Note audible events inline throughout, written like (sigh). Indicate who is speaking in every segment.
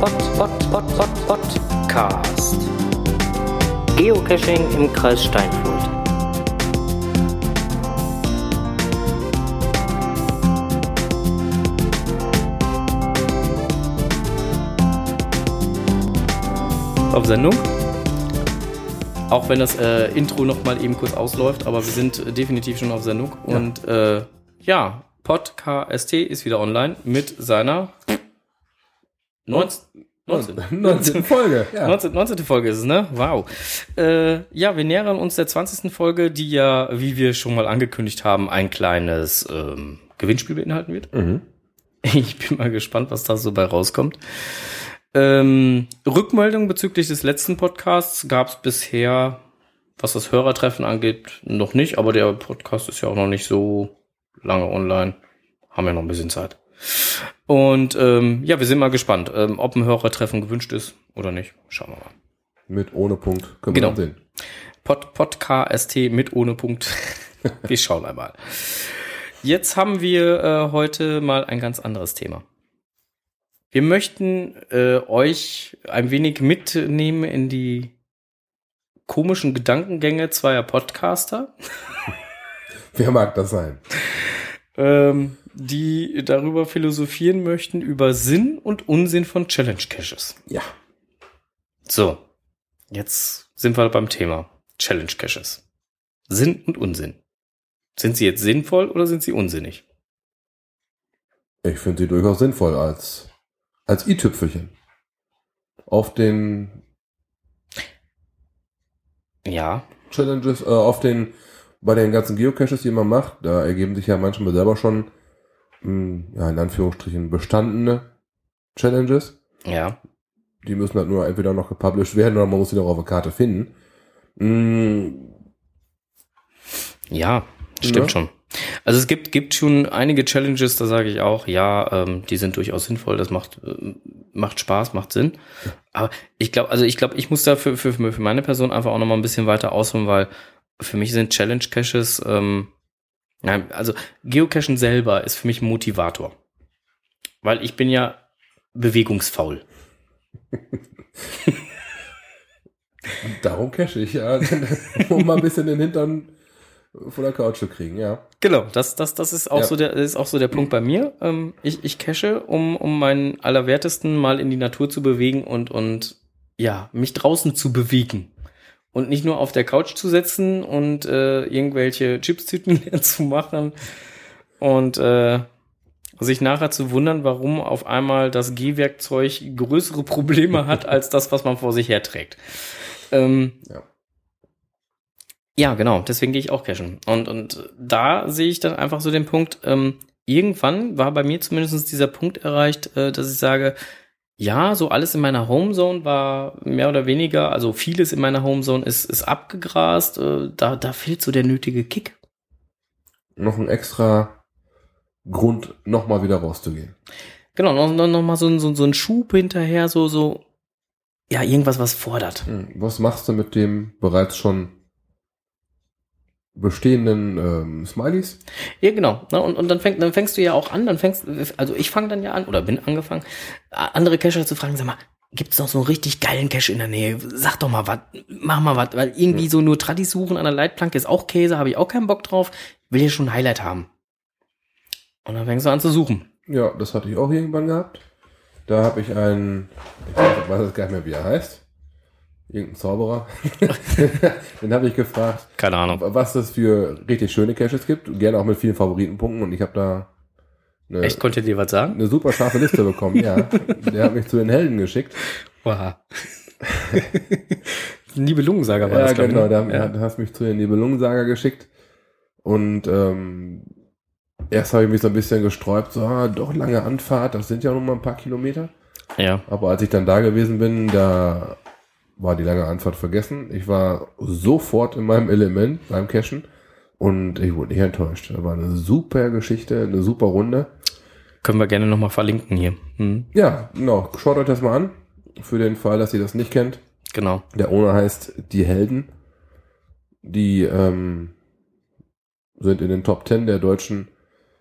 Speaker 1: Pod, Pod, Pod, Podcast. Geocaching im Kreis Steinfurt.
Speaker 2: auf Sendung. Auch wenn das äh, Intro noch mal eben kurz ausläuft, aber wir sind äh, definitiv schon auf Sendung. Und äh, ja, Podcast ist wieder online mit seiner 19. 19.
Speaker 3: 19. Folge. Ja.
Speaker 2: 19. 19. Folge ist es, ne? Wow. Äh, ja, wir nähern uns der 20. Folge, die ja, wie wir schon mal angekündigt haben, ein kleines ähm, Gewinnspiel beinhalten wird. (laughs) Ich bin mal gespannt, was da so bei rauskommt. Ähm, Rückmeldung bezüglich des letzten Podcasts gab es bisher, was das Hörertreffen angeht, noch nicht, aber der Podcast ist ja auch noch nicht so lange online. Haben ja noch ein bisschen Zeit. Und ähm, ja, wir sind mal gespannt, ähm, ob ein Hörertreffen gewünscht ist oder nicht. Schauen wir mal.
Speaker 3: Mit ohne Punkt können
Speaker 2: Genau.
Speaker 3: wir sehen.
Speaker 2: Pod, Podcast mit ohne Punkt. wir schauen einmal. Jetzt haben wir äh, heute mal ein ganz anderes Thema. Wir möchten äh, euch ein wenig mitnehmen in die komischen Gedankengänge zweier Podcaster,
Speaker 3: Wer mag das sein?
Speaker 2: ähm, die darüber philosophieren möchten über Sinn und Unsinn von Challenge Caches.
Speaker 3: Ja.
Speaker 2: So, jetzt sind wir beim Thema Challenge Caches. Sinn und Unsinn. Sind sie jetzt sinnvoll oder sind sie unsinnig?
Speaker 3: Ich finde sie durchaus sinnvoll als, als i-Tüpfelchen. Auf den
Speaker 2: Ja,
Speaker 3: Challenges, äh, auf den, bei den ganzen Geocaches, die man macht, da ergeben sich ja manchmal selber schon, mh, ja, in Anführungsstrichen bestandene Challenges.
Speaker 2: ja.
Speaker 3: Die müssen halt nur entweder noch gepublished werden oder man muss sie noch auf der Karte finden. Hm, Mh,
Speaker 2: Ja, stimmt
Speaker 3: Ne?
Speaker 2: schon. Also es gibt, gibt schon einige Challenges, da sage ich auch, ja, ähm, die sind durchaus sinnvoll, das macht, ähm, macht Spaß, macht Sinn. Aber ich glaube, also ich glaube, ich muss da für, für, für meine Person einfach auch nochmal ein bisschen weiter ausholen, weil für mich sind Challenge-Caches, ähm, nein, also Geocachen selber ist für mich ein Motivator. Weil ich bin ja bewegungsfaul.
Speaker 3: darum cache ich, ja. (laughs) um mal ein bisschen den Hintern von der Couch zu kriegen, ja.
Speaker 2: Genau, das, das, das ist auch
Speaker 3: Ja.
Speaker 2: so der, ist auch so der Punkt bei mir. Ähm, ich, ich cache, um, um meinen Allerwertesten mal in die Natur zu bewegen und, und ja, mich draußen zu bewegen. Und nicht nur auf der Couch zu setzen und äh, irgendwelche Chipstüten (laughs) leer zu machen und äh, sich nachher zu wundern, warum auf einmal das Gehwerkzeug größere Probleme hat als das, was man vor sich herträgt. Ähm,
Speaker 3: Ja.
Speaker 2: ja, genau, deswegen gehe ich auch cashen. Und, und da sehe ich dann einfach so den Punkt, ähm, irgendwann war bei mir zumindest dieser Punkt erreicht, äh, dass ich sage, ja, so alles in meiner Homezone war mehr oder weniger, also vieles in meiner Homezone ist, ist abgegrast, äh, da, da fehlt so der nötige Kick.
Speaker 3: noch ein extra Grund, nochmal wieder rauszugehen.
Speaker 2: Genau, noch, noch, noch mal so, ein- so, ein- so ein Schub hinterher, so, so, ja, irgendwas, was fordert.
Speaker 3: Hm, Was machst du mit dem bereits schon bestehenden ähm, Smileys?
Speaker 2: Ja, genau. Ne? Und, und dann, fängt, dann fängst du ja auch an, dann fängst, also ich fange dann ja an, oder bin angefangen, a- andere Cacher zu fragen, sag mal, gibt's noch so einen richtig geilen Cache in der Nähe? Sag doch mal was, mach mal was, weil irgendwie so nur Tradis suchen an der Leitplanke ist auch Käse, habe ich auch keinen Bock drauf, will ja schon ein Highlight haben. Und dann fängst du an zu suchen.
Speaker 3: Ja, das hatte ich auch irgendwann gehabt. Da habe ich einen, ich weiß jetzt gar nicht mehr, wie er heißt. Irgendein Zauberer. (laughs) Den habe ich gefragt,
Speaker 2: Keine Ahnung.
Speaker 3: was es für richtig schöne Caches gibt. Gerne auch mit vielen Favoritenpunkten. Und ich habe da eine,
Speaker 2: Echt, konnte dir was sagen?
Speaker 3: eine super scharfe Liste bekommen.
Speaker 2: (laughs)
Speaker 3: Ja, der hat mich zu den Helden geschickt.
Speaker 2: Wow. (laughs) Nibelungensager war
Speaker 3: Ja,
Speaker 2: das, glaub ich,
Speaker 3: genau,
Speaker 2: ne?
Speaker 3: da
Speaker 2: ja.
Speaker 3: da hast du mich zu den Nibelungensager geschickt. Und ähm, erst habe ich mich so ein bisschen gesträubt, so, ah, doch lange Anfahrt, das sind ja nun mal ein paar Kilometer.
Speaker 2: ja.
Speaker 3: Aber als ich dann da gewesen bin, da war die lange Anfahrt vergessen. Ich war sofort in meinem Element beim Cashen und ich wurde nicht enttäuscht. Das war eine super Geschichte, eine super Runde.
Speaker 2: Können wir gerne nochmal verlinken hier. Hm,
Speaker 3: Ja, genau, schaut euch das mal an. Für den Fall, dass ihr das nicht kennt.
Speaker 2: genau.
Speaker 3: Der Owner heißt Die Helden. Die ähm, sind in den Top 10 der deutschen,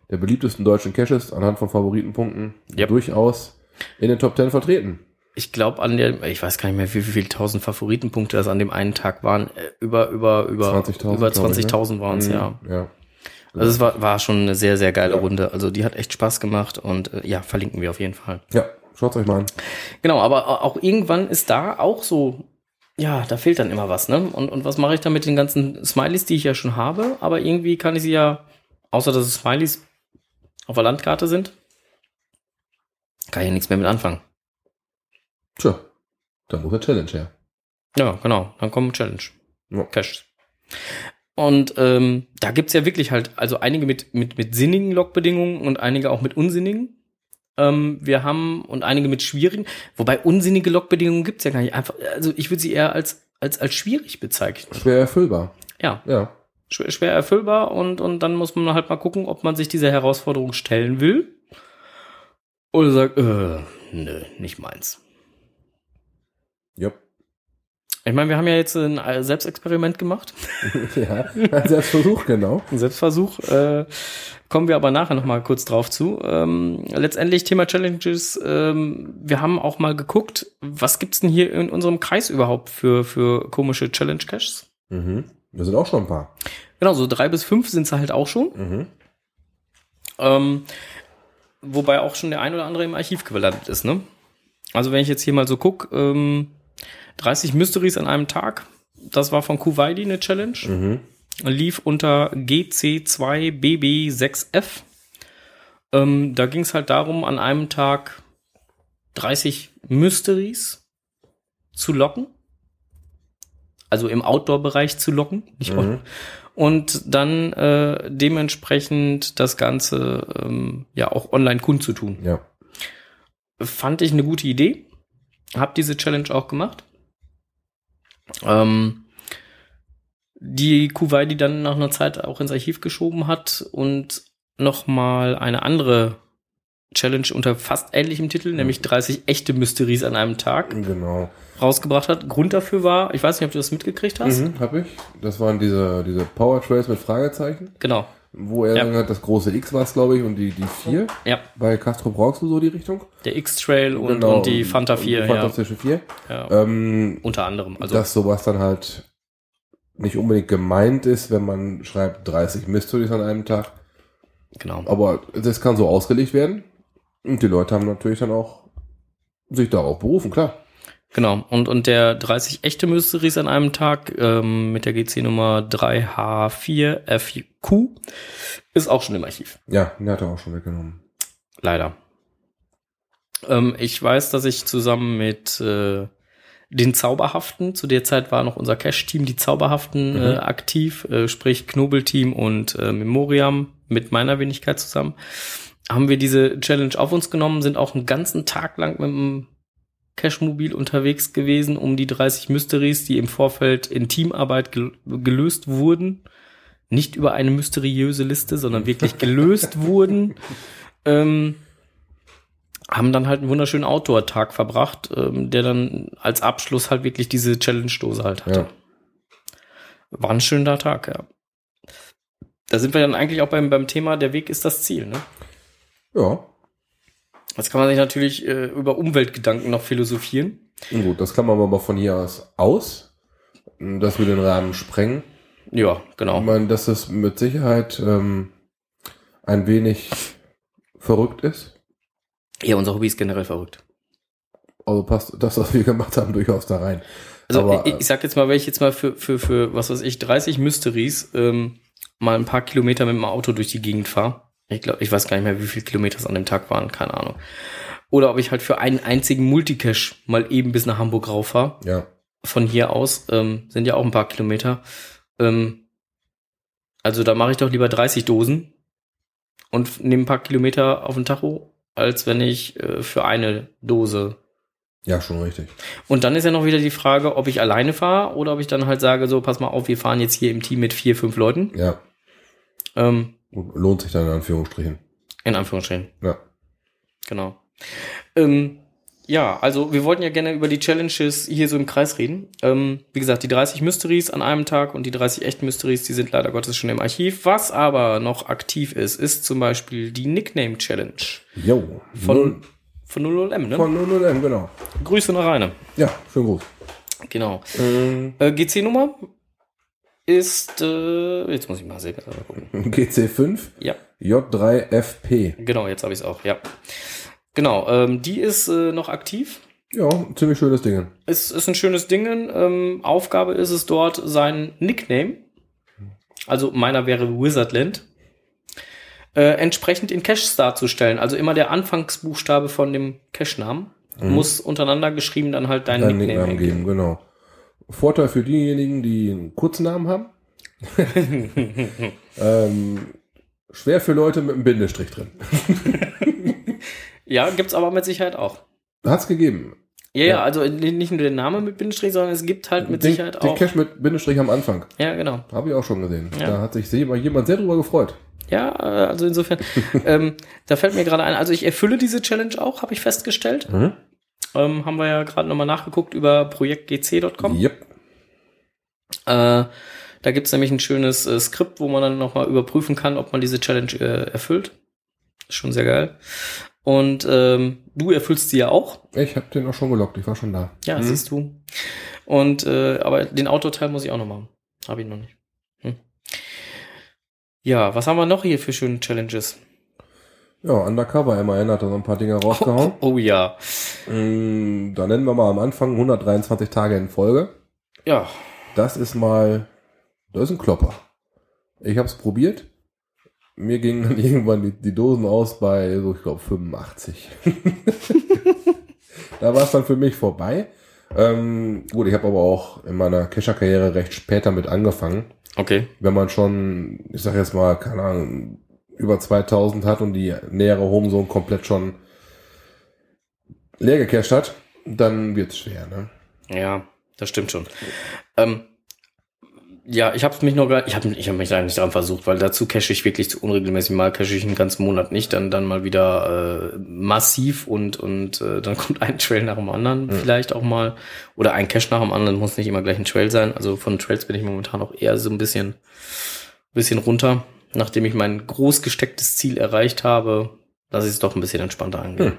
Speaker 3: der beliebtesten deutschen Caches anhand von Favoritenpunkten
Speaker 2: Yep.
Speaker 3: durchaus in den Top 10 vertreten.
Speaker 2: ich glaube an dem, ich weiß gar nicht mehr, wie viel tausend Favoritenpunkte das an dem einen Tag waren. Äh, Über, über, über
Speaker 3: 20.000,
Speaker 2: über
Speaker 3: glaub ich, ne?
Speaker 2: 20.000 waren es, ja.
Speaker 3: Ja.
Speaker 2: Also es war, war schon eine sehr, sehr geile Runde. Also die hat echt Spaß gemacht und äh, ja, verlinken wir auf jeden Fall.
Speaker 3: Ja, schaut's euch mal an.
Speaker 2: Genau, aber au- auch irgendwann ist da auch so, ja, da fehlt dann immer was, ne? Und, und was mache ich dann mit den ganzen Smileys, die ich ja schon habe? Aber irgendwie kann ich sie ja, außer dass es Smileys auf der Landkarte sind, kann ich ja nichts mehr mit anfangen.
Speaker 3: Tja, da muss eine Challenge her.
Speaker 2: Ja, genau. Dann kommen Challenge.
Speaker 3: Ja.
Speaker 2: Caches. Und ähm, da gibt's ja wirklich halt, also einige mit, mit, mit sinnigen Logbedingungen und einige auch mit unsinnigen. Ähm, wir haben und einige mit schwierigen, wobei unsinnige Logbedingungen gibt's ja gar nicht. Einfach, also ich würde sie eher als, als, als schwierig bezeichnen.
Speaker 3: Schwer erfüllbar.
Speaker 2: Ja,
Speaker 3: Ja.
Speaker 2: schwer, schwer erfüllbar und, und dann muss man halt mal gucken, ob man sich dieser Herausforderung stellen will. Oder sagt, äh, nö, nicht meins.
Speaker 3: Jupp. (laughs)
Speaker 2: Ich meine, wir haben ja jetzt ein äh, Selbstexperiment gemacht.
Speaker 3: ja, ein Selbstversuch, genau.
Speaker 2: ein Selbstversuch. Äh, kommen wir aber nachher nochmal kurz drauf zu. Ähm, letztendlich Thema Challenges. Ähm, wir haben auch mal geguckt, was gibt's denn hier in unserem Kreis überhaupt für, für komische Challenge-Caches?
Speaker 3: Mhm. Da sind auch schon ein paar.
Speaker 2: Genau, so drei bis fünf sind's halt auch schon.
Speaker 3: Mhm.
Speaker 2: Ähm, wobei auch schon der ein oder andere im Archiv gelandet ist, ne? Also wenn ich jetzt hier mal so guck, ähm, 30 Mysteries an einem Tag, das war von Kuwaiti eine Challenge.
Speaker 3: Mhm.
Speaker 2: Lief unter GC2BB6F. Ähm, da ging es halt darum, an einem Tag 30 Mysteries zu locken. Also im Outdoor-Bereich zu locken, nicht mhm und dann äh, dementsprechend das Ganze ähm, ja auch online kundzutun.
Speaker 3: Ja.
Speaker 2: Fand ich eine gute Idee. Hab diese Challenge auch gemacht. Ähm, die Kuwait, die dann nach einer Zeit auch ins Archiv geschoben hat und nochmal eine andere Challenge unter fast ähnlichem Titel, nämlich 30 echte Mysteries an einem Tag,
Speaker 3: Genau.
Speaker 2: rausgebracht hat. Grund dafür war, ich weiß nicht, ob du das mitgekriegt hast.
Speaker 3: Mhm, hab ich. Das waren diese, diese Power Trails mit Fragezeichen,
Speaker 2: Genau.
Speaker 3: wo er
Speaker 2: Ja.
Speaker 3: dann hat, das große X war es, glaube ich, und die, die 4
Speaker 2: Ja,
Speaker 3: bei Castro Brauxel so die Richtung.
Speaker 2: der X-Trail und,
Speaker 3: Genau,
Speaker 2: und die Fanta 4.
Speaker 3: und
Speaker 2: ja.
Speaker 3: Fantastische 4.
Speaker 2: Ja,
Speaker 3: Ähm,
Speaker 2: unter anderem. Also
Speaker 3: dass sowas dann halt nicht unbedingt gemeint ist, wenn man schreibt 30 Mysteries an einem Tag.
Speaker 2: genau.
Speaker 3: Aber das kann so ausgelegt werden. Und die Leute haben natürlich dann auch sich darauf berufen, klar.
Speaker 2: Genau. Und, und der 30 echte Mysteries an einem Tag ähm, mit der GC-Nummer 3H4FQ ist auch schon im Archiv.
Speaker 3: Ja, den hat er auch schon weggenommen.
Speaker 2: Leider. Ähm, ich weiß, dass ich zusammen mit äh, den Zauberhaften, zu der Zeit war noch unser Cash-Team, die Zauberhaften äh, aktiv, äh, sprich Knobel-Team und äh, Memoriam mit meiner Wenigkeit zusammen, haben wir diese Challenge auf uns genommen, sind auch einen ganzen Tag lang mit dem Cash-Mobil unterwegs gewesen, um die 30 Mysteries, die im Vorfeld in Teamarbeit gel gelöst wurden, nicht über eine mysteriöse Liste, sondern wirklich gelöst wurden, ähm, haben dann halt einen wunderschönen Outdoor-Tag verbracht, ähm, der dann als Abschluss halt wirklich diese Challenge-Dose halt hatte.
Speaker 3: Ja.
Speaker 2: War ein schöner Tag, ja. Da sind wir dann eigentlich auch beim, beim Thema, der Weg ist das Ziel, ne?
Speaker 3: Ja.
Speaker 2: Jetzt kann man sich natürlich äh, über Umweltgedanken noch philosophieren.
Speaker 3: Und Gut, das klammern wir mal von hier aus aus, dass wir den Rahmen sprengen.
Speaker 2: Ja,
Speaker 3: Ich
Speaker 2: genau.
Speaker 3: meine, dass es mit Sicherheit ähm, ein wenig verrückt ist.
Speaker 2: Ja, unser Hobby ist generell verrückt.
Speaker 3: Also passt das, was wir gemacht haben, durchaus da rein.
Speaker 2: Also
Speaker 3: Aber,
Speaker 2: ich, ich sag jetzt mal, wenn ich jetzt mal für, für, für was weiß ich, 30 Mysteries ähm, mal ein paar Kilometer mit dem Auto durch die Gegend fahre. Ich glaube, ich weiß gar nicht mehr, wie viele Kilometer es an dem Tag waren, keine Ahnung. Oder ob ich halt für einen einzigen Multicache mal eben bis nach Hamburg rauf fahre.
Speaker 3: Ja.
Speaker 2: Von hier aus ähm, sind ja auch ein paar Kilometer. Ähm, also da mache ich doch lieber 30 Dosen und nehme ein paar Kilometer auf den Tacho, als wenn ich äh, für eine Dose
Speaker 3: Ja, schon richtig.
Speaker 2: und dann ist ja noch wieder die Frage, ob ich alleine fahre oder ob ich dann halt sage, so, pass mal auf, wir fahren jetzt hier im Team mit vier, fünf Leuten.
Speaker 3: Ja.
Speaker 2: Ähm,
Speaker 3: Lohnt sich dann in Anführungsstrichen.
Speaker 2: in Anführungsstrichen,
Speaker 3: Ja.
Speaker 2: genau. Ähm, ja, also wir wollten ja gerne über die Challenges hier so im Kreis reden. Ähm, wie gesagt, die 30 Mysteries an einem Tag und die 30 echten Mysteries, die sind leider Gottes schon im Archiv. Was aber noch aktiv ist, ist zum Beispiel die Nickname Challenge.
Speaker 3: Jo.
Speaker 2: Von-
Speaker 3: Null-
Speaker 2: Von 00M, ne?
Speaker 3: Von 00M, genau.
Speaker 2: Grüße nach Reine.
Speaker 3: Ja, schön groß.
Speaker 2: Genau.
Speaker 3: (laughs) Ähm,
Speaker 2: Äh, GC-Nummer ist, äh, jetzt muss ich mal sehen. jetzt mal gucken.
Speaker 3: GC5
Speaker 2: Ja,
Speaker 3: J3FP.
Speaker 2: genau, jetzt habe ich es auch, ja. Genau, ähm, die ist äh, noch aktiv.
Speaker 3: Ja, ziemlich schönes Ding.
Speaker 2: Es ist ein schönes Dingen. Ähm, Aufgabe ist es dort, sein Nickname, also meiner wäre Wizardland, äh, entsprechend in Caches darzustellen. Also immer der Anfangsbuchstabe von dem Cache-Namen muss untereinander geschrieben dann halt deinen
Speaker 3: Mhm. Deinen
Speaker 2: Nickname
Speaker 3: Nicknamen
Speaker 2: eingeben.
Speaker 3: geben, genau. Vorteil für diejenigen, die einen kurzen
Speaker 2: (laughs)
Speaker 3: Namen haben. ähm, schwer für Leute mit einem Bindestrich drin.
Speaker 2: Ja, gibt's aber mit Sicherheit auch.
Speaker 3: Hat's gegeben.
Speaker 2: Ja,
Speaker 3: Ja.
Speaker 2: ja, also n- nicht nur den Namen mit Bindestrich, sondern es gibt halt mit
Speaker 3: den,
Speaker 2: Sicherheit
Speaker 3: Den
Speaker 2: auch.
Speaker 3: Cash mit Bindestrich am Anfang.
Speaker 2: Ja, genau.
Speaker 3: Habe ich auch schon gesehen.
Speaker 2: Ja.
Speaker 3: Da hat sich se- jemand sehr drüber gefreut.
Speaker 2: Ja, äh, also insofern, ähm, da fällt mir gerade ein, also ich erfülle diese Challenge auch, habe ich festgestellt. Ähm, haben wir ja gerade nochmal nachgeguckt über projektgc.com.
Speaker 3: Yep.
Speaker 2: Äh, da gibt's nämlich ein schönes äh, Skript, wo man dann nochmal überprüfen kann, ob man diese Challenge äh, erfüllt. Ist schon sehr geil. Und ähm, du erfüllst sie ja auch.
Speaker 3: Ich habe den auch schon gelockt. Ich war schon da.
Speaker 2: Ja,
Speaker 3: Mhm.
Speaker 2: siehst du. Und äh, aber den Autoteil muss ich auch noch machen. Habe ich noch nicht. Hm. Ja, was haben wir noch hier für schöne Challenges?
Speaker 3: Ja, Undercover MAN hat da so ein paar Dinger
Speaker 2: (laughs)
Speaker 3: rausgehauen.
Speaker 2: Oh ja.
Speaker 3: Mm, Da nennen wir mal am Anfang 123 Tage in Folge.
Speaker 2: Ja.
Speaker 3: Das ist mal, das ist ein Klopper. Ich habe es probiert. Mir gingen dann (laughs) irgendwann die, die Dosen aus bei so, ich glaube, 85. (laughs) da war es dann für mich vorbei. Ähm, gut, ich habe aber auch in meiner Kescher-Karriere recht später mit angefangen.
Speaker 2: Okay.
Speaker 3: Wenn man schon, ich sag jetzt mal, keine Ahnung, über 2000 hat und die nähere Homezone komplett schon leer gecached hat, dann wird's schwer, ne?
Speaker 2: Ja, das stimmt schon. Ähm, ja, ich habe mich noch gar, ich habe ich hab mich da nicht dran versucht, weil dazu cache ich wirklich zu unregelmäßig mal cache ich einen ganzen Monat nicht, dann dann mal wieder äh, massiv und und äh, dann (laughs) kommt ein Trail nach dem anderen vielleicht auch mal oder ein Cache nach dem anderen muss nicht immer gleich ein Trail sein. Also von Trails bin ich momentan auch eher so ein bisschen bisschen runter, nachdem ich mein groß gestecktes Ziel erreicht habe, lasse ich es doch ein bisschen entspannter angehen.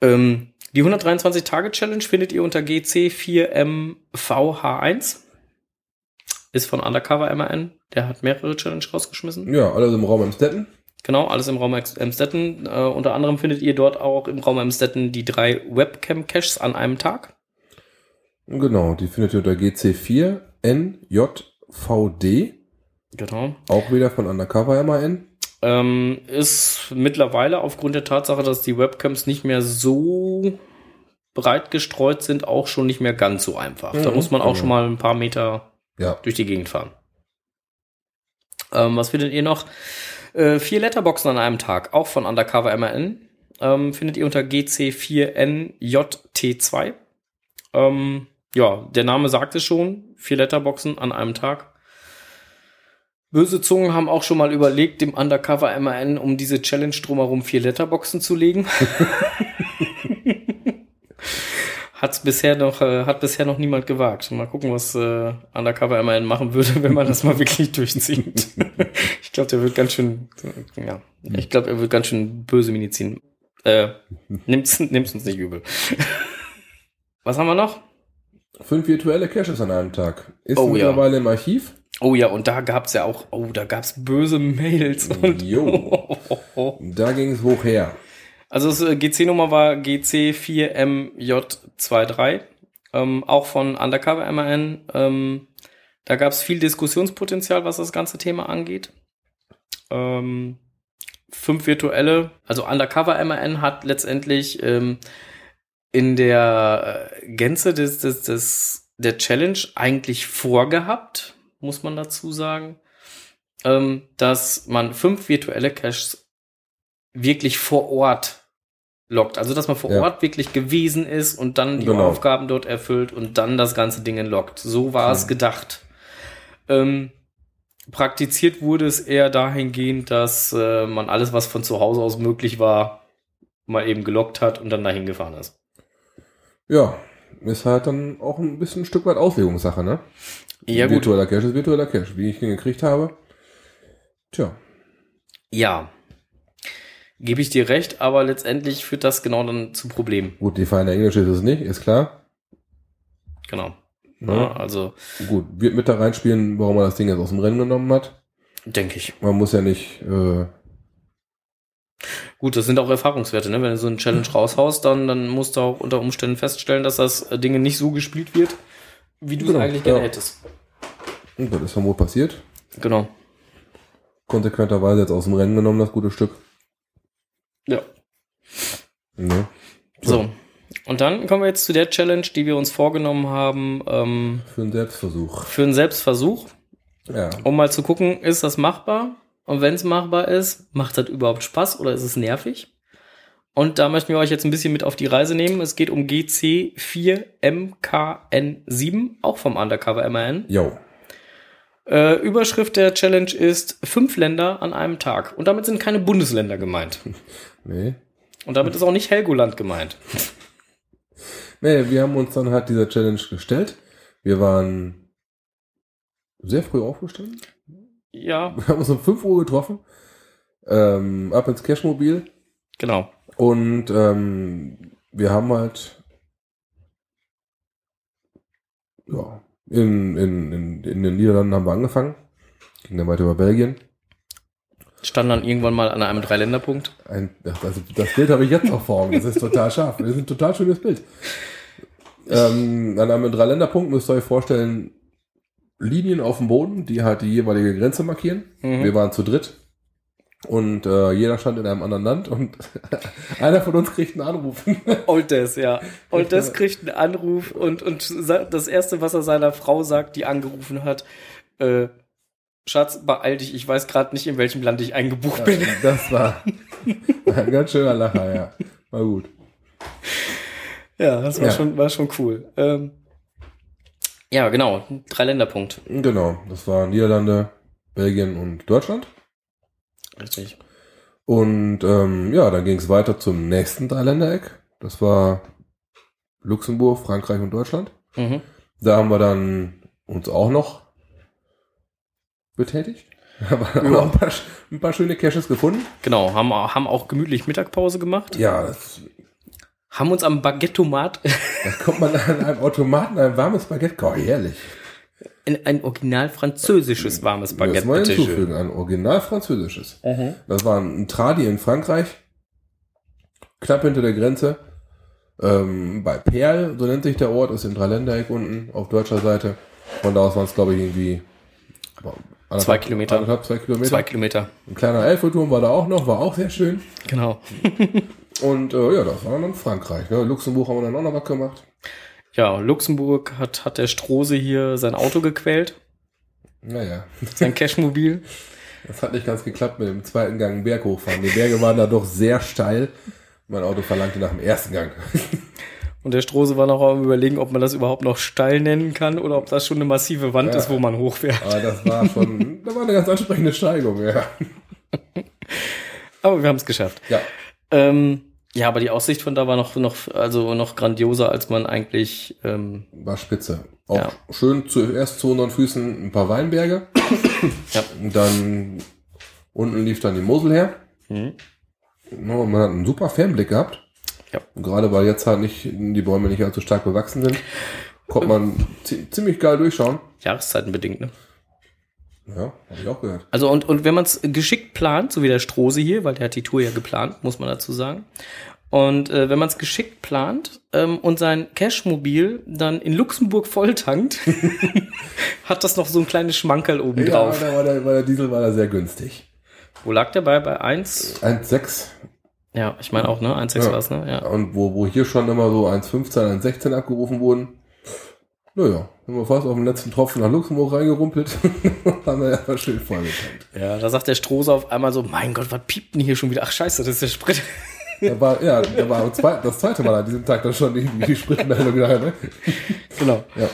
Speaker 2: Ähm, die 123-Tage-Challenge findet ihr unter GC4MVH1. Ist von Undercover MAN. Der hat mehrere Challenge rausgeschmissen.
Speaker 3: Ja, alles im Raum Amstetten.
Speaker 2: Genau, alles im Raum Ex- Emstetten. Äh, unter anderem findet ihr dort auch im Raum Emstetten die drei Webcam-Caches an einem Tag.
Speaker 3: Genau, die findet ihr unter GC4NJVD,
Speaker 2: Genau.
Speaker 3: auch wieder von Undercover MAN.
Speaker 2: Ähm, ist mittlerweile aufgrund der Tatsache, dass die Webcams nicht mehr so breit gestreut sind, auch schon nicht mehr ganz so einfach. Da
Speaker 3: Mhm,
Speaker 2: muss man auch
Speaker 3: genau.
Speaker 2: schon mal ein paar Meter
Speaker 3: Ja,
Speaker 2: durch die Gegend fahren. Ähm, was findet ihr noch? Äh, vier Letterboxen an einem Tag, auch von Undercover MRN. Ähm, findet ihr unter GC4NJT2. Ähm, ja, der Name sagt es schon. Vier Letterboxen an einem Tag. Böse Zungen haben auch schon mal überlegt, dem Undercover MRN um diese Challenge drumherum vier Letterboxen zu legen. Hat's bisher noch, äh, hat bisher noch niemand gewagt. Mal gucken, was äh, Undercover MRN machen würde, (laughs) wenn man das mal wirklich durchzieht. (laughs) ich glaube, der wird ganz schön, ja, ich glaube, er wird ganz schön böse Medizin. Äh, nimmt's, nimmt's uns nicht übel. (laughs) was haben wir noch?
Speaker 3: fünf virtuelle Caches an einem Tag. Ist
Speaker 2: Oh, ja.
Speaker 3: mittlerweile im Archiv.
Speaker 2: Oh ja, und da gab's ja auch, oh, da gab's böse Mails. (laughs)
Speaker 3: Mhm.
Speaker 2: Und (laughs) Oh,
Speaker 3: Jo. Da ging es hoch her.
Speaker 2: Also das äh, GC-Nummer war GC4MJ23, ähm, auch von Undercover MAN. Ähm, da gab es viel Diskussionspotenzial, was das ganze Thema angeht. Ähm, fünf virtuelle, also Undercover MAN hat letztendlich ähm, in der äh, Gänze des, des, des, der Challenge eigentlich vorgehabt, muss man dazu sagen, ähm, dass man fünf virtuelle Caches wirklich vor Ort lockt. Also, dass man vor
Speaker 3: Ja.
Speaker 2: Ort wirklich gewesen ist und dann die
Speaker 3: Genau.
Speaker 2: Aufgaben dort erfüllt und dann das ganze Ding lockt. So war es
Speaker 3: Mhm.
Speaker 2: gedacht. Ähm, praktiziert wurde es eher dahingehend, dass äh, man alles, was von zu Hause aus möglich war, mal eben gelockt hat und dann dahin gefahren ist.
Speaker 3: Ja, ist halt dann auch ein bisschen ein Stück weit Auslegungssache, ne?
Speaker 2: Ja, gut.
Speaker 3: virtueller Cache ist virtueller Cache, wie ich ihn gekriegt habe. Tja,
Speaker 2: Ja. Gebe ich dir recht, aber letztendlich führt das genau dann zu Problemen.
Speaker 3: Gut, die feine Englisch ist es nicht, ist klar.
Speaker 2: Genau. Ja,
Speaker 3: Ne?
Speaker 2: also,
Speaker 3: Gut, wird mit da reinspielen, warum er das Ding jetzt aus dem Rennen genommen hat.
Speaker 2: denke ich.
Speaker 3: Man muss ja nicht, äh,
Speaker 2: Gut, das sind auch Erfahrungswerte, ne? Wenn du so eine Challenge raushaust, dann, dann musst du auch unter Umständen feststellen, dass das äh, Dinge nicht so gespielt wird, wie du
Speaker 3: Genau,
Speaker 2: es eigentlich gerne
Speaker 3: ja.
Speaker 2: hättest.
Speaker 3: und das hm, ist dann wohl passiert.
Speaker 2: Genau.
Speaker 3: Konsequenterweise jetzt aus dem Rennen genommen, das gute Stück.
Speaker 2: Ja.
Speaker 3: Ne?
Speaker 2: So. Und dann kommen wir jetzt zu der Challenge, die wir uns vorgenommen haben, ähm,
Speaker 3: Für einen Selbstversuch.
Speaker 2: für einen Selbstversuch,
Speaker 3: Ja.
Speaker 2: um mal zu gucken, ist das machbar? Und wenn es machbar ist, macht das überhaupt Spaß oder ist es nervig? Und da möchten wir euch jetzt ein bisschen mit auf die Reise nehmen. Es geht um GC4MKN7, auch vom Undercover MAN.
Speaker 3: Jo.
Speaker 2: Äh, Überschrift der Challenge ist fünf Länder an einem Tag. Und damit sind keine Bundesländer gemeint.
Speaker 3: Nee.
Speaker 2: Und damit ist auch nicht Helgoland gemeint.
Speaker 3: Nee, wir haben uns dann halt dieser Challenge gestellt. Wir waren sehr früh aufgestanden.
Speaker 2: Ja,
Speaker 3: Wir haben uns um 5 Uhr getroffen. Ähm, ab ins Cashmobil.
Speaker 2: genau.
Speaker 3: Und ähm, wir haben halt ja, in, in, in, in den Niederlanden haben wir angefangen. Ging dann weiter über Belgien.
Speaker 2: Stand dann irgendwann mal an einem Dreiländerpunkt.
Speaker 3: Ein, ach, das, also das Bild habe ich jetzt noch vor Augen. Das ist total scharf. Das ist ein total schönes Bild. Ähm, an einem Dreiländerpunkt müsst ihr euch vorstellen, Linien auf dem Boden, die halt die jeweilige Grenze markieren.
Speaker 2: Mhm.
Speaker 3: Wir waren zu dritt. Und äh, jeder stand in einem anderen Land und (laughs) einer von uns kriegt einen Anruf.
Speaker 2: Old Des, ja. Old Des kriegt einen Anruf und, und sa- das Erste, was er seiner Frau sagt, die angerufen hat, äh, Schatz, beeil dich, ich weiß gerade nicht, in welchem Land ich eingebucht bin.
Speaker 3: Das war ein ganz schöner Lacher, ja. War gut.
Speaker 2: Ja, das war,
Speaker 3: Ja.
Speaker 2: Schon, war schon cool. Ähm, ja, genau, Dreiländerpunkt.
Speaker 3: Genau, das waren Niederlande, Belgien und Deutschland.
Speaker 2: Richtig.
Speaker 3: Und ähm, ja, dann ging es weiter zum nächsten Dreiländereck. Das war Luxemburg, Frankreich und Deutschland.
Speaker 2: Mhm.
Speaker 3: Da haben wir dann uns auch noch betätigt. (laughs) Aber
Speaker 2: Ja.
Speaker 3: auch ein paar, ein paar schöne Caches gefunden.
Speaker 2: Genau, haben, au- haben auch gemütlich Mittagpause gemacht,
Speaker 3: Ja, das,
Speaker 2: haben uns am Baguette-Tomat (laughs)
Speaker 3: da kommt man an einem Automaten ein warmes Baguette. Oh, herrlich.
Speaker 2: in ein original französisches warmes
Speaker 3: Das
Speaker 2: Baguette
Speaker 3: mal
Speaker 2: bitte schön.
Speaker 3: hinzufügen, ein original französisches. Das war ein Tradi in Frankreich, knapp hinter der Grenze. Ähm, bei Perl, so nennt sich der Ort, ist im Dreiländereck unten auf deutscher Seite. Von da aus waren es, glaube ich, irgendwie boah, anderthalb-
Speaker 2: Zwei Kilometer.
Speaker 3: Anderthalb, zwei Kilometer.
Speaker 2: Zwei Kilometer.
Speaker 3: Ein kleiner Eiffelturm war da auch noch, war auch sehr schön.
Speaker 2: Genau.
Speaker 3: Und äh, ja, das war dann Frankreich. Ne? Luxemburg haben wir dann auch noch was gemacht.
Speaker 2: Ja, Luxemburg hat, hat der Strose hier sein Auto gequält,
Speaker 3: Naja,
Speaker 2: sein Cashmobil.
Speaker 3: (laughs) das hat nicht ganz geklappt mit dem zweiten Gang einen Berg hochfahren. Die Berge waren da doch sehr steil. Mein Auto verlangte nach dem ersten Gang.
Speaker 2: Und der Strose war noch am überlegen, ob man das überhaupt noch steil nennen kann oder ob das schon eine massive Wand
Speaker 3: Ja.
Speaker 2: ist, wo man hochfährt.
Speaker 3: Aber das war schon, (laughs) das war eine ganz ansprechende Steigung, ja.
Speaker 2: Aber wir haben es geschafft.
Speaker 3: Ja,
Speaker 2: Ähm, ja, aber die Aussicht von da war noch, noch, also noch grandioser, als man eigentlich. Ähm,
Speaker 3: war spitze. Auch
Speaker 2: Ja.
Speaker 3: schön zuerst zu unseren Füßen ein paar Weinberge.
Speaker 2: (coughs) Ja.
Speaker 3: Und dann unten lief dann die Mosel her.
Speaker 2: Mhm.
Speaker 3: Ja, und Man hat einen super Fernblick gehabt.
Speaker 2: Ja.
Speaker 3: Und gerade weil jetzt halt nicht die Bäume nicht allzu stark bewachsen sind, konnte man zi ziemlich geil durchschauen.
Speaker 2: Jahreszeitenbedingt, ne?
Speaker 3: Ja, habe ich auch gehört.
Speaker 2: Also und, und wenn man es geschickt plant, so wie der Strose hier, weil der hat die Tour ja geplant, muss man dazu sagen. Und äh, wenn man es geschickt plant ähm, und sein Cashmobil dann in Luxemburg volltankt, (laughs) hat das noch so ein kleines Schmankerl oben drauf.
Speaker 3: Ja, da war der, war der Diesel war da sehr günstig.
Speaker 2: Wo lag der bei? Bei 1?
Speaker 3: 1,6.
Speaker 2: Ja, ich meine auch, ne? 1,6
Speaker 3: Ja.
Speaker 2: war es, ne? Ja.
Speaker 3: Und wo, wo hier schon immer so 1,15, 1,16 abgerufen wurden. Naja, haben wir fast auf den letzten Tropfen nach Luxemburg reingerumpelt. (laughs) haben wir erstmal schön vollgetankt.
Speaker 2: ja, da sagt der Strose auf einmal so, mein Gott, was piept denn hier schon wieder? Ach scheiße, das ist der Sprit. (laughs)
Speaker 3: Da war, ja, da war am zwei, das zweite Mal an diesem Tag dann schon die, die Spritmeldung da. Ne?
Speaker 2: genau.
Speaker 3: Ja.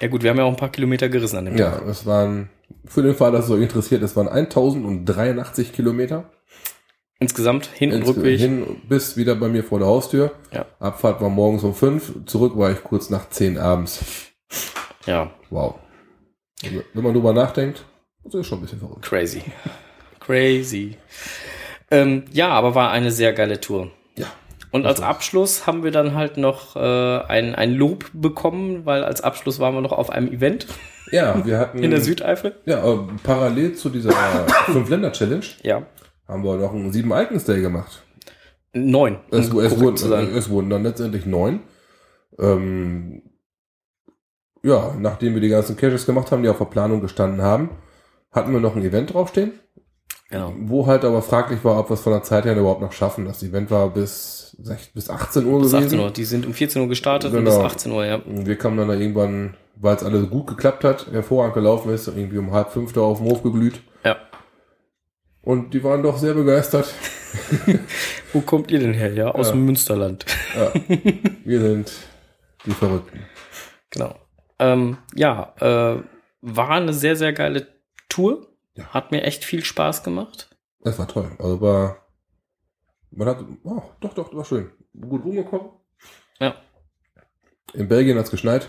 Speaker 2: Ja gut, wir haben ja auch ein paar Kilometer gerissen an dem
Speaker 3: ja, es waren, für den Fall, dass es euch interessiert, es waren 1083 Kilometer.
Speaker 2: Insgesamt hin und
Speaker 3: Ins-
Speaker 2: rückweg.
Speaker 3: Hin bis wieder bei mir vor der Haustür.
Speaker 2: Ja.
Speaker 3: Abfahrt war morgens um 5, zurück war ich kurz nach 10 abends.
Speaker 2: Ja,
Speaker 3: Wow. Also, Wenn man drüber nachdenkt, das ist schon ein bisschen verrückt.
Speaker 2: Crazy. Crazy. Ähm, ja, aber war eine sehr geile Tour.
Speaker 3: Ja.
Speaker 2: Und als Abschluss haben wir dann halt noch äh, ein, ein Lob bekommen, weil als Abschluss waren wir noch auf einem Event
Speaker 3: Ja, wir hatten
Speaker 2: in der Südeifel.
Speaker 3: ja, äh, parallel
Speaker 2: (coughs)
Speaker 3: zu dieser Fünf-Länder-Challenge
Speaker 2: Ja.
Speaker 3: haben wir noch einen sieben icons day gemacht.
Speaker 2: Neun. um
Speaker 3: Es, es,
Speaker 2: korrekt zu sein.
Speaker 3: wurden, es wurden dann letztendlich neun. Ähm, ja, nachdem wir die ganzen Caches gemacht haben, die auf der Planung gestanden haben, hatten wir noch ein Event draufstehen,
Speaker 2: Genau.
Speaker 3: wo halt aber fraglich war, ob wir es von der Zeit her überhaupt noch schaffen. Das Event war bis, sech- bis 18 Uhr
Speaker 2: Bis
Speaker 3: gewesen.
Speaker 2: 18 Uhr. Die sind um 14 Uhr gestartet und
Speaker 3: Genau.
Speaker 2: bis 18 Uhr, ja.
Speaker 3: Und wir kamen dann da irgendwann, weil es alles gut geklappt hat, hervorragend gelaufen ist, irgendwie um halb fünf da auf dem Hof geglüht.
Speaker 2: Ja.
Speaker 3: Und die waren doch sehr begeistert.
Speaker 2: Wo kommt ihr denn her? Ja, aus
Speaker 3: Ja.
Speaker 2: dem Münsterland.
Speaker 3: Ja. wir sind die Verrückten.
Speaker 2: (laughs) Genau. Ähm, ja, äh, war eine sehr, sehr geile Tour.
Speaker 3: Ja.
Speaker 2: Hat mir echt viel Spaß gemacht.
Speaker 3: Das war toll. Also war. Man hat. Oh, doch, doch, war schön. Gut rumgekommen.
Speaker 2: Ja.
Speaker 3: In Belgien hat es geschneit.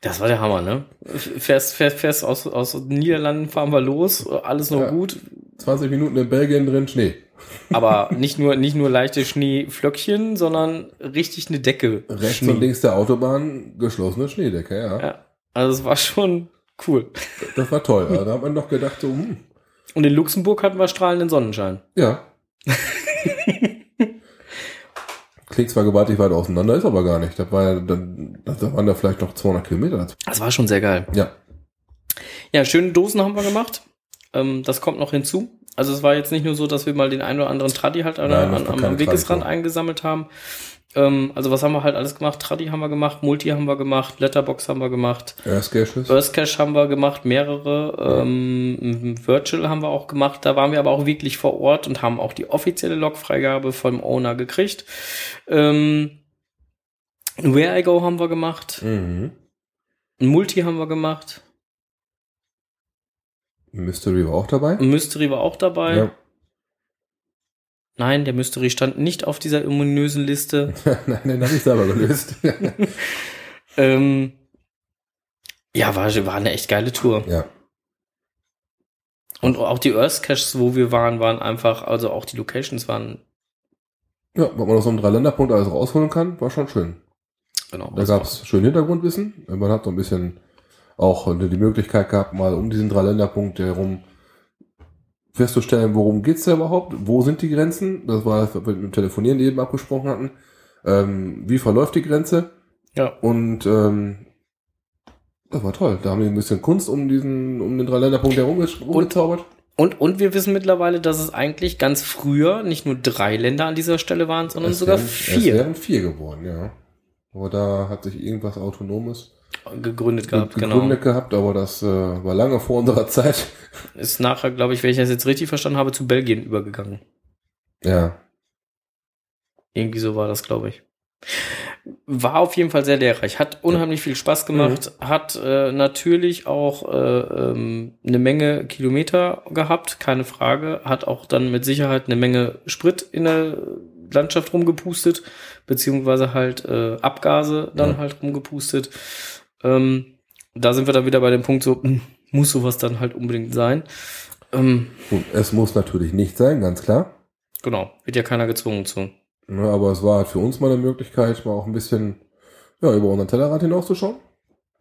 Speaker 2: Das war der Hammer, ne? F- Fährst, fährst, fährst aus, aus den Niederlanden, fahren wir los, alles noch
Speaker 3: Ja.
Speaker 2: gut.
Speaker 3: 20 Minuten in Belgien drin Schnee.
Speaker 2: Aber nicht nur, nicht nur leichte Schneeflöckchen, sondern richtig eine Decke.
Speaker 3: Rechts
Speaker 2: Schnee.
Speaker 3: und links ne? der Autobahn geschlossene Schneedecke, ja.
Speaker 2: Ja. Also es war schon cool.
Speaker 3: Das war toll. Also, da hat man doch gedacht, so, hm,
Speaker 2: Und in Luxemburg hatten wir strahlenden Sonnenschein.
Speaker 3: ja. Klingt zwar gewaltig weit auseinander, ist aber gar nicht. Da, war ja dann, da waren da vielleicht noch 200 Kilometer.
Speaker 2: Das war schon sehr geil.
Speaker 3: Ja,
Speaker 2: Ja, schöne Dosen haben wir gemacht. Ähm, das kommt noch hinzu. Also es war jetzt nicht nur so, dass wir mal den einen oder anderen Traddy halt an,
Speaker 3: Nein, das
Speaker 2: an,
Speaker 3: war
Speaker 2: am,
Speaker 3: keine
Speaker 2: am Wegesrand
Speaker 3: Tradition.
Speaker 2: eingesammelt haben. Ähm, also was haben wir halt alles gemacht? Traddy haben wir gemacht, Multi haben wir gemacht, Letterbox haben wir gemacht,
Speaker 3: Earthcaches.
Speaker 2: Earth Cache haben wir gemacht, mehrere. Ähm, Virtual haben wir auch gemacht. Da waren wir aber auch wirklich vor Ort und haben auch die offizielle Logfreigabe vom Owner gekriegt. Ähm, Where I Go haben wir gemacht,
Speaker 3: Mhm.
Speaker 2: ein Multi haben wir gemacht,
Speaker 3: Mystery war auch dabei.
Speaker 2: ein Mystery war auch dabei.
Speaker 3: Ja. (laughs)
Speaker 2: Nein, der Mystery stand nicht auf dieser ominösen Liste.
Speaker 3: Nein, den habe ich selber gelöst. (laughs)
Speaker 2: ähm, ja, war, war eine echt geile Tour.
Speaker 3: ja.
Speaker 2: Und auch die Earth Caches, wo wir waren, waren einfach, also auch die Locations waren,
Speaker 3: Ja, was man aus so einem Dreiländerpunkt alles rausholen kann, war schon schön.
Speaker 2: genau.
Speaker 3: Da gab es schön Hintergrundwissen. Man hat so ein bisschen auch die Möglichkeit gehabt, mal um diesen Dreiländerpunkt herum festzustellen, worum geht's da überhaupt, wo sind die Grenzen, das war, was wir mit dem Telefonieren eben abgesprochen hatten, ähm, wie verläuft die Grenze
Speaker 2: Ja.
Speaker 3: und ähm, das war toll. Da haben wir ein bisschen Kunst um diesen, um den Dreiländerpunkt herum gesch- rumgezaubert.
Speaker 2: Und, und wir wissen mittlerweile, dass es eigentlich ganz früher nicht nur drei Länder an dieser Stelle waren, sondern sogar
Speaker 3: wären, Es
Speaker 2: vier
Speaker 3: wären vier geworden, ja. Aber da hat sich irgendwas Autonomes
Speaker 2: gegründet gehabt, genau.
Speaker 3: gegründet gehabt, aber das äh, war lange vor unserer (laughs) Zeit.
Speaker 2: Ist nachher, glaube ich, wenn ich das jetzt richtig verstanden habe, zu Belgien übergegangen.
Speaker 3: Ja,
Speaker 2: Irgendwie so war das, glaube ich. War auf jeden Fall sehr lehrreich. Hat unheimlich viel Spaß gemacht.
Speaker 3: Mhm.
Speaker 2: Hat äh, natürlich auch äh, ähm, eine Menge Kilometer gehabt, keine Frage. Hat auch dann mit Sicherheit eine Menge Sprit in der Landschaft rumgepustet, beziehungsweise halt äh, Abgase dann
Speaker 3: Ja.
Speaker 2: halt rumgepustet. Ähm, da sind wir dann wieder bei dem Punkt so, hm, muss sowas dann halt unbedingt sein. Ähm,
Speaker 3: gut, es muss natürlich nicht sein, ganz klar.
Speaker 2: genau, wird ja keiner gezwungen zu.
Speaker 3: Ne, aber es war halt für uns mal eine Möglichkeit, mal auch ein bisschen ja, über unseren Tellerrand hinauszuschauen.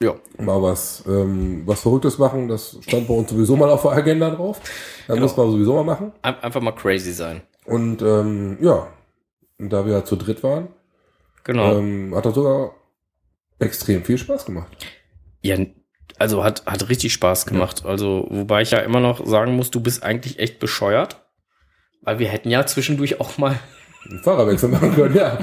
Speaker 2: Ja.
Speaker 3: Mal was, ähm, was Verrücktes machen, das stand bei uns sowieso mal auf der Agenda drauf. Das
Speaker 2: Genau.
Speaker 3: muss man sowieso mal machen.
Speaker 2: Ein einfach mal crazy sein.
Speaker 3: Und ähm, ja, und da wir ja zu dritt waren,
Speaker 2: Genau.
Speaker 3: ähm, hat das sogar extrem viel Spaß gemacht.
Speaker 2: Ja, also hat, hat richtig Spaß gemacht. Also, wobei ich ja immer noch sagen muss, du bist eigentlich echt bescheuert. Weil wir hätten ja zwischendurch auch mal. (laughs)
Speaker 3: Einen Fahrerwechsel (laughs) machen können, ja.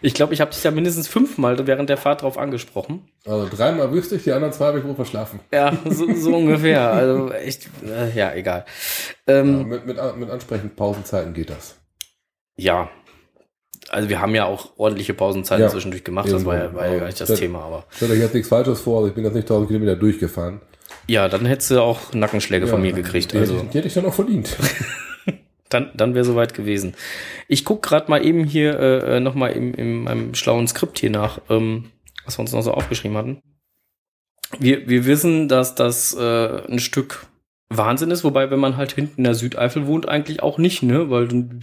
Speaker 2: Ich glaube, ich habe dich ja mindestens fünfmal während der Fahrt drauf angesprochen.
Speaker 3: Also dreimal wüsste ich, die anderen zwei habe ich wohl verschlafen.
Speaker 2: Ja, so, (laughs) so ungefähr. Also echt, äh, ja, egal.
Speaker 3: Ja,
Speaker 2: Ähm,
Speaker 3: mit, mit, an- mit ansprechenden Pausenzeiten geht das.
Speaker 2: ja. Also wir haben ja auch ordentliche Pausenzeiten
Speaker 3: Ja.
Speaker 2: zwischendurch gemacht. Das war ja, war ja gar nicht das
Speaker 3: Ja.
Speaker 2: Thema, aber.
Speaker 3: Stellt euch jetzt nichts Falsches vor, also ich bin jetzt nicht 1000 Kilometer durchgefahren.
Speaker 2: Ja, dann hättest du auch Nackenschläge von mir gekriegt.
Speaker 3: Die,
Speaker 2: Also.
Speaker 3: hätte ich- die hätte ich dann auch verdient. (laughs)
Speaker 2: Dann, dann wäre soweit gewesen. Ich guck gerade mal eben hier äh, nochmal in, in meinem schlauen Skript hier nach, ähm, was wir uns noch so aufgeschrieben hatten. Wir, wir wissen, dass das äh, ein Stück Wahnsinn ist, wobei, wenn man halt hinten in der Südeifel wohnt, eigentlich auch nicht, ne? Weil dann-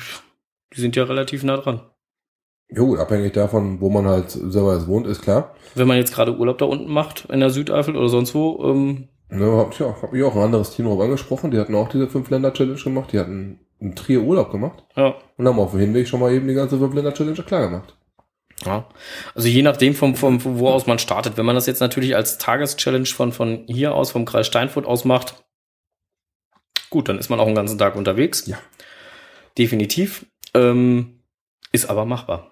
Speaker 2: die sind ja relativ nah dran.
Speaker 3: Ja gut, abhängig davon, wo man halt selber wohnt, ist klar.
Speaker 2: Wenn man jetzt gerade Urlaub da unten macht, in der Südeifel oder sonst wo, ähm,
Speaker 3: Ne, hab, ja, hab ich auch ein anderes Team drauf angesprochen. Die hatten auch diese Fünf-Länder-Challenge gemacht. Die hatten einen Trier Urlaub gemacht
Speaker 2: ja.
Speaker 3: und haben auf dem Hinweg schon mal eben die ganze Fünf-Länder-Challenge klar gemacht.
Speaker 2: Ja. Also je nachdem, vom, vom, von wo aus man startet. Wenn man das jetzt natürlich als Tageschallenge von, von hier aus, vom Kreis Steinfurt aus macht, gut, dann ist man auch einen ganzen Tag unterwegs.
Speaker 3: Ja.
Speaker 2: Definitiv. Ähm, ist aber machbar.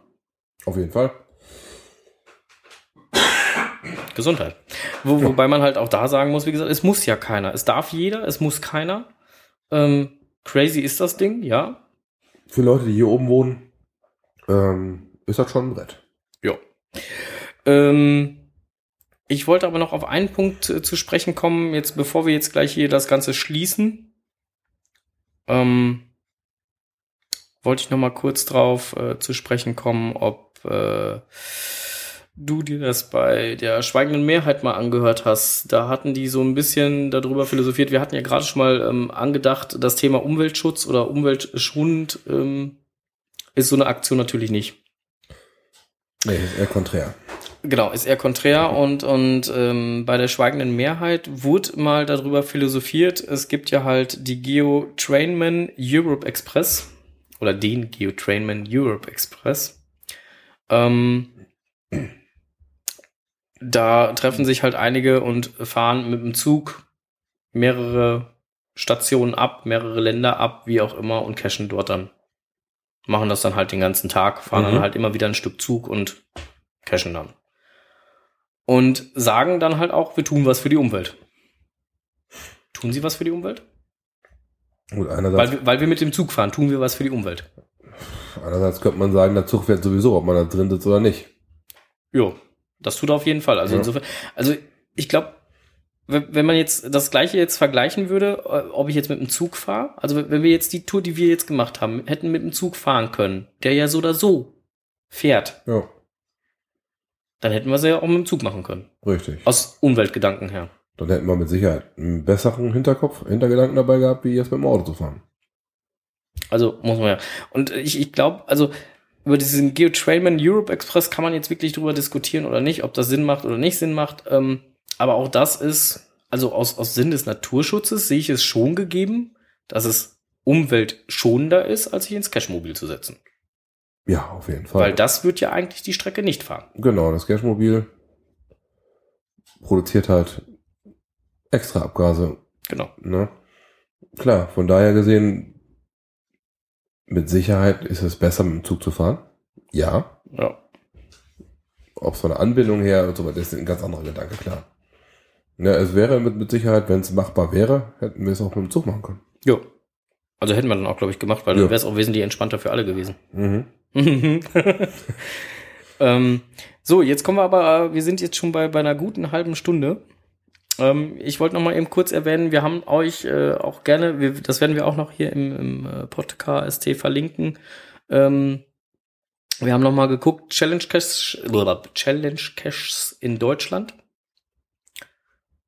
Speaker 3: Auf jeden Fall.
Speaker 2: Gesundheit. Wo, Wobei man halt auch da sagen muss, wie gesagt, es muss ja keiner. Es darf jeder, es muss keiner. Ähm, crazy ist das Ding, ja.
Speaker 3: Für Leute, die hier oben wohnen, ähm, ist das schon ein Brett.
Speaker 2: Ja. Ähm, ich wollte aber noch auf einen Punkt äh, zu sprechen kommen, jetzt bevor wir jetzt gleich hier das Ganze schließen. Ähm, wollte ich noch mal kurz drauf äh, zu sprechen kommen, ob äh, du dir das bei der schweigenden Mehrheit mal angehört hast. Da hatten die so ein bisschen darüber philosophiert. Wir hatten ja gerade schon mal ähm, angedacht, das Thema Umweltschutz oder Umweltschwund ähm, ist so eine Aktion natürlich nicht.
Speaker 3: Nee, ist eher konträr.
Speaker 2: Genau, ist eher konträr und, und ähm, bei der schweigenden Mehrheit wurde mal darüber philosophiert. Es gibt ja halt die Geo Trainman Europe Express oder den Geo Trainman Europe Express. Ähm, da treffen sich halt einige und fahren mit dem Zug mehrere Stationen ab, mehrere Länder ab, wie auch immer und cashen dort dann. Machen das dann halt den ganzen Tag, fahren
Speaker 3: Mhm.
Speaker 2: dann halt immer wieder ein Stück Zug und cashen dann. Und sagen dann halt auch, wir tun was für die Umwelt. Tun sie was für die Umwelt?
Speaker 3: Gut,
Speaker 2: Weil,
Speaker 3: einerseits,
Speaker 2: wir- weil wir mit dem Zug fahren, tun wir was für die Umwelt.
Speaker 3: einerseits könnte man sagen, der Zug fährt sowieso, ob man da drin sitzt oder nicht.
Speaker 2: Jo, das tut er auf jeden Fall. Also
Speaker 3: Ja.
Speaker 2: insofern, also ich glaube, wenn wenn man jetzt das gleiche jetzt vergleichen würde, äh, ob ich jetzt mit dem Zug fahre, also wenn- wenn wir jetzt die Tour, die wir jetzt gemacht haben, hätten mit dem Zug fahren können, der ja so oder so fährt,
Speaker 3: Ja,
Speaker 2: dann hätten wir es ja auch mit dem Zug machen können.
Speaker 3: richtig.
Speaker 2: Aus Umweltgedanken her.
Speaker 3: Dann hätten wir mit Sicherheit einen besseren Hinterkopf, Hintergedanken dabei gehabt, wie jetzt mit dem Auto zu fahren.
Speaker 2: Also muss man ja. Und ich, ich glaube, also über diesen Geo-Trailman Europe Express kann man jetzt wirklich drüber diskutieren oder nicht, ob das Sinn macht oder nicht Sinn macht. Ähm, aber auch das ist, also aus, aus Sinn des Naturschutzes sehe ich es schon gegeben, dass es umweltschonender ist, als sich ins Cashmobil zu setzen.
Speaker 3: Ja, auf jeden Fall.
Speaker 2: Weil das wird ja eigentlich die Strecke nicht fahren.
Speaker 3: Genau, das Cashmobil produziert halt extra Abgase.
Speaker 2: Genau.
Speaker 3: Ne? Klar, von daher gesehen, mit Sicherheit ist es besser, mit dem Zug zu fahren. Ja,
Speaker 2: Ja.
Speaker 3: ob von der Anbindung her und so weiter, ist ein ganz anderer Gedanke, klar. Ja, es wäre mit, mit Sicherheit, wenn es machbar wäre, hätten wir es auch mit dem Zug machen können.
Speaker 2: Jo. Also hätten wir dann auch, glaube ich, gemacht, weil
Speaker 3: Ja.
Speaker 2: dann wäre es auch wesentlich entspannter für alle gewesen.
Speaker 3: Mhm.
Speaker 2: (laughs) ähm, so, jetzt kommen wir aber, äh, wir sind jetzt schon bei, bei einer guten halben Stunde. Ähm, ich wollte noch mal eben kurz erwähnen, wir haben euch äh, auch gerne, wir, das werden wir auch noch hier im, im äh, Podcast verlinken. Ähm, wir haben noch mal geguckt, Challenge Cash, oder Challenge Caches in Deutschland.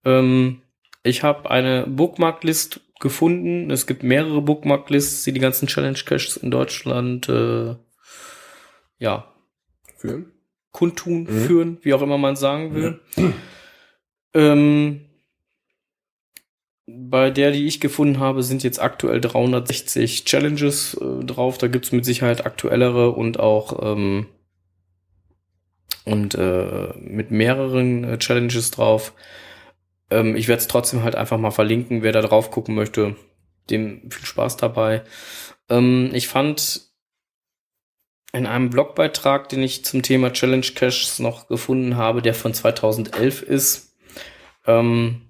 Speaker 2: Ähm, ich habe eine Bookmarklist gefunden. Es gibt mehrere Bookmarklists, die die ganzen Challenge Caches in Deutschland äh, ja,
Speaker 3: Führen?
Speaker 2: kundtun,
Speaker 3: Mhm.
Speaker 2: führen, wie auch immer man sagen will. Ähm, bei der, die ich gefunden habe, sind jetzt aktuell 360 Challenges äh, drauf. Da gibt's mit Sicherheit aktuellere und auch ähm, und äh, mit mehreren äh, Challenges drauf. Ähm, ich werde es trotzdem halt einfach mal verlinken, wer da drauf gucken möchte. Dem viel Spaß dabei. Ähm, ich fand in einem Blogbeitrag, den ich zum Thema Challenge Caches noch gefunden habe, der von 2011 ist. Ähm,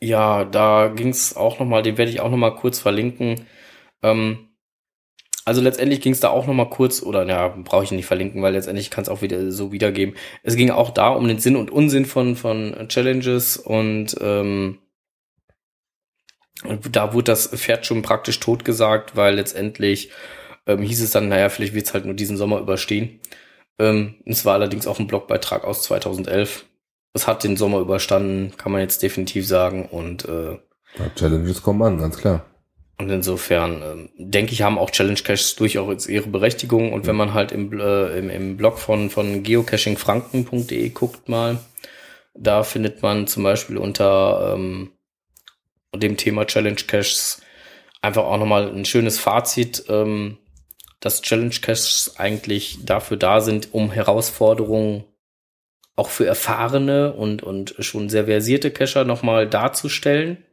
Speaker 2: ja, da ging es auch nochmal, den werde ich auch nochmal kurz verlinken. Ähm, also letztendlich ging es da auch nochmal kurz, oder ja, brauche ich nicht verlinken, weil letztendlich kann es auch wieder so wiedergeben. Es ging auch da um den Sinn und Unsinn von, von Challenges und ähm, da wurde das Pferd schon praktisch tot gesagt, weil letztendlich ähm, hieß es dann, naja, vielleicht wird's halt nur diesen Sommer überstehen. Ähm, es war allerdings auch ein Blogbeitrag aus 2011. Es hat den Sommer überstanden, kann man jetzt definitiv sagen. Und, äh,
Speaker 3: Ja, Challenges kommen an, ganz klar.
Speaker 2: und insofern ähm, denke ich, haben auch Challenge Caches durchaus ihre Berechtigung. Und wenn man halt im, äh, im, im Blog von, von geocachingfranken.de guckt mal, da findet man zum Beispiel unter ähm, dem Thema Challenge Caches einfach auch nochmal ein schönes Fazit, ähm, dass Challenge Caches eigentlich dafür da sind, um Herausforderungen auch für erfahrene und, und schon sehr versierte Cacher nochmal darzustellen.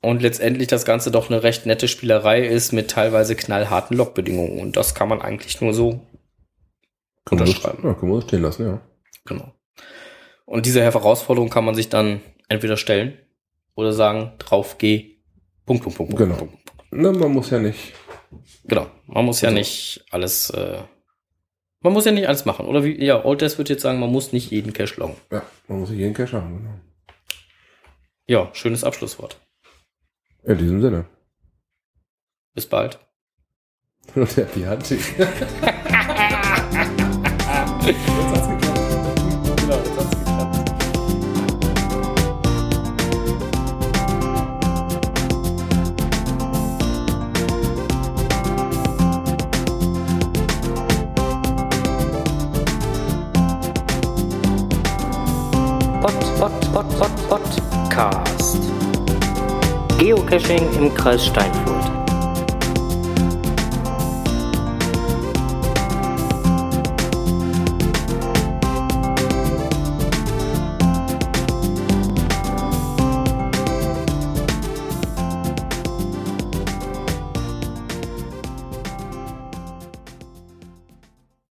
Speaker 2: Und letztendlich das Ganze doch eine recht nette Spielerei ist mit teilweise knallharten Logbedingungen. Und das kann man eigentlich nur so
Speaker 3: Können wir so-
Speaker 2: Unterschreiben.
Speaker 3: Ja, können wir so stehen lassen, ja.
Speaker 2: Genau. Und diese Herausforderung kann man sich dann entweder stellen oder sagen, drauf geh, Punkt, Punkt, Punkt, Punkt,
Speaker 3: Genau.
Speaker 2: Punkt, Punkt.
Speaker 3: Na, man muss ja nicht.
Speaker 2: Genau. Man muss ja
Speaker 3: Also-
Speaker 2: nicht alles, äh, man muss ja nicht alles machen. Oder wie, ja, Old Death würde jetzt sagen, man muss nicht jeden Cash loggen.
Speaker 3: Ja, man muss nicht jeden Cash haben, genau.
Speaker 2: Ja, schönes Abschlusswort.
Speaker 3: In diesem Sinne. (laughs)
Speaker 2: Bis bald.
Speaker 3: Und der hat die Hand.
Speaker 1: Pod, Pod, Pod, Pod, Podcast. Geocaching im Kreis Steinfurt.